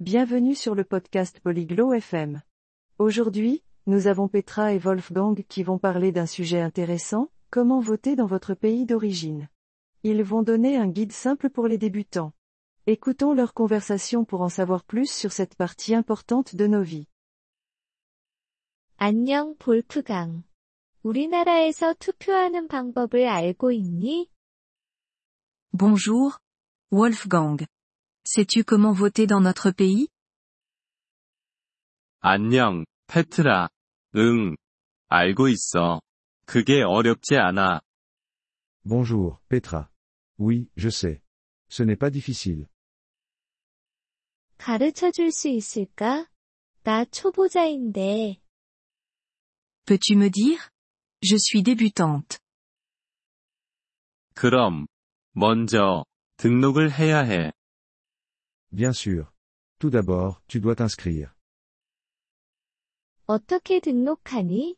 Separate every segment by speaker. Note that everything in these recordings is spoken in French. Speaker 1: Bienvenue sur le podcast Polyglot FM. Aujourd'hui, nous avons Petra et Wolfgang qui vont parler d'un sujet intéressant, comment voter dans votre pays d'origine. Ils vont donner un guide simple pour les débutants. Écoutons leur conversation pour en savoir plus sur cette partie importante de nos vies.
Speaker 2: 안녕 볼프강. 우리나라에서 투표하는 방법을 알고 있니?
Speaker 3: Bonjour. Wolfgang. Sais-tu comment voter dans notre pays
Speaker 4: 안녕, 페트라. 응. 알고 있어. 그게 어렵지 않아.
Speaker 5: Bonjour, Petra. Oui, je sais. Ce n'est pas difficile.
Speaker 2: 가르쳐 줄 수 있을까? 나 초보자인데.
Speaker 3: Peux-tu me dire Je suis débutante.
Speaker 4: 그럼, 먼저, 등록을 해야 해.
Speaker 5: Bien sûr. Tout d'abord, tu dois t'inscrire.
Speaker 2: 어떻게 등록하니?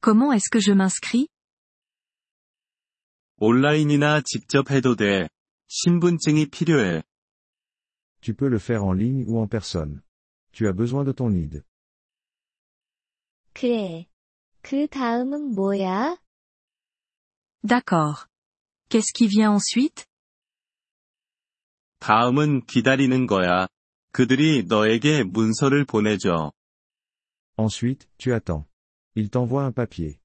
Speaker 3: Comment est-ce que je m'inscris
Speaker 4: 온라인이나 직접 해도 돼. 신분증이 필요해.
Speaker 5: Tu peux le faire en ligne ou en personne. Tu as besoin de ton ID.
Speaker 2: 그래. 그 다음은 뭐야?
Speaker 3: D'accord. Qu'est-ce qui vient ensuite
Speaker 4: 다음은 기다리는 거야. 그들이 너에게 문서를 보내줘.
Speaker 5: Ensuite, tu attends. Il t'envoie un papier.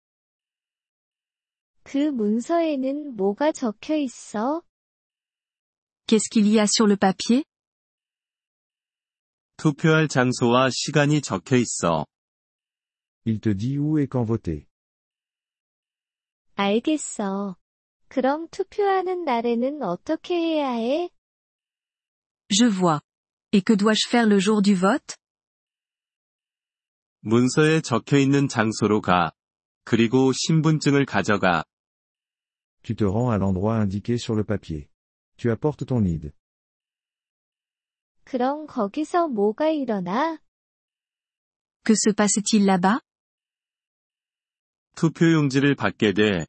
Speaker 2: 그 문서에는 뭐가 적혀 있어?
Speaker 3: Qu'est-ce qu'il y a sur le papier
Speaker 4: 투표할 장소와 시간이 적혀 있어.
Speaker 5: Il te dit où et quand voter.
Speaker 2: 알겠어. 그럼 투표하는 날에는 어떻게 해야 해?
Speaker 3: Je vois. Et que dois-je faire le jour du vote
Speaker 4: 문서에 적혀 있는 장소로 가. 그리고 신분증을 가져가.
Speaker 5: Tu te rends à l'endroit indiqué sur le papier. Tu apportes ton ID.
Speaker 2: 그럼 거기서 뭐가 일어나?
Speaker 3: Que se passe-t-il là-bas
Speaker 4: 투표용지를 받게 돼.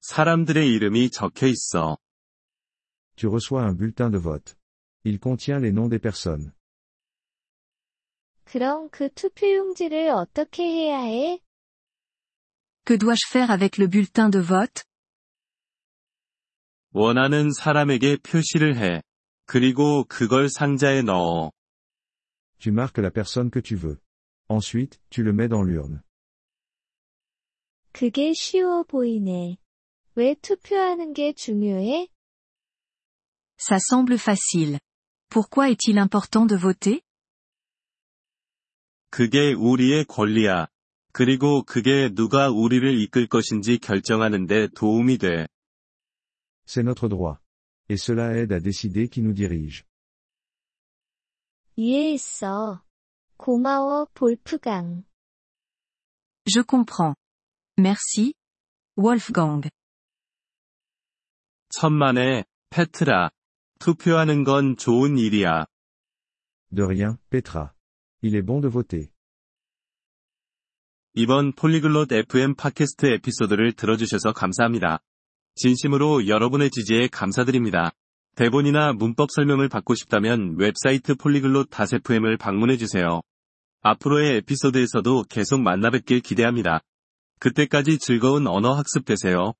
Speaker 4: 사람들의 이름이 적혀 있어.
Speaker 5: Tu reçois un bulletin de vote. Il contient les noms des personnes.
Speaker 2: 그럼 그 투표용지를 어떻게 해야 해?
Speaker 3: Que dois-je faire avec le bulletin de vote
Speaker 4: 원하는 사람에게 표시를 해. 그리고 그걸 상자에 넣어.
Speaker 5: Tu marques la personne que tu veux. Ensuite, tu le mets dans l'urne.
Speaker 2: 그게 쉬워 보이네. 왜 투표하는 게 중요해?
Speaker 3: Ça semble facile. Pourquoi est-il important de voter
Speaker 4: 그게 우리의 권리야. 그리고 그게 누가 우리를 이끌 것인지 결정하는데 도움이 돼.
Speaker 5: C'est notre droit. Et cela aide à décider qui nous dirige.
Speaker 2: 이해했어. 고마워, 볼프강.
Speaker 3: Je comprends. Merci. Wolfgang.
Speaker 4: 천만에, 페트라. 투표하는 건 좋은 일이야.
Speaker 5: De rien, Petra. Il est bon de voter.
Speaker 4: 이번 폴리글롯 FM 팟캐스트 에피소드를 들어주셔서 감사합니다. 진심으로 여러분의 지지에 감사드립니다. 대본이나 문법 설명을 받고 싶다면 웹사이트 폴리글롯 FM을 방문해주세요. 앞으로의 에피소드에서도 계속 만나뵙길 기대합니다. 그때까지 즐거운 언어 학습 되세요.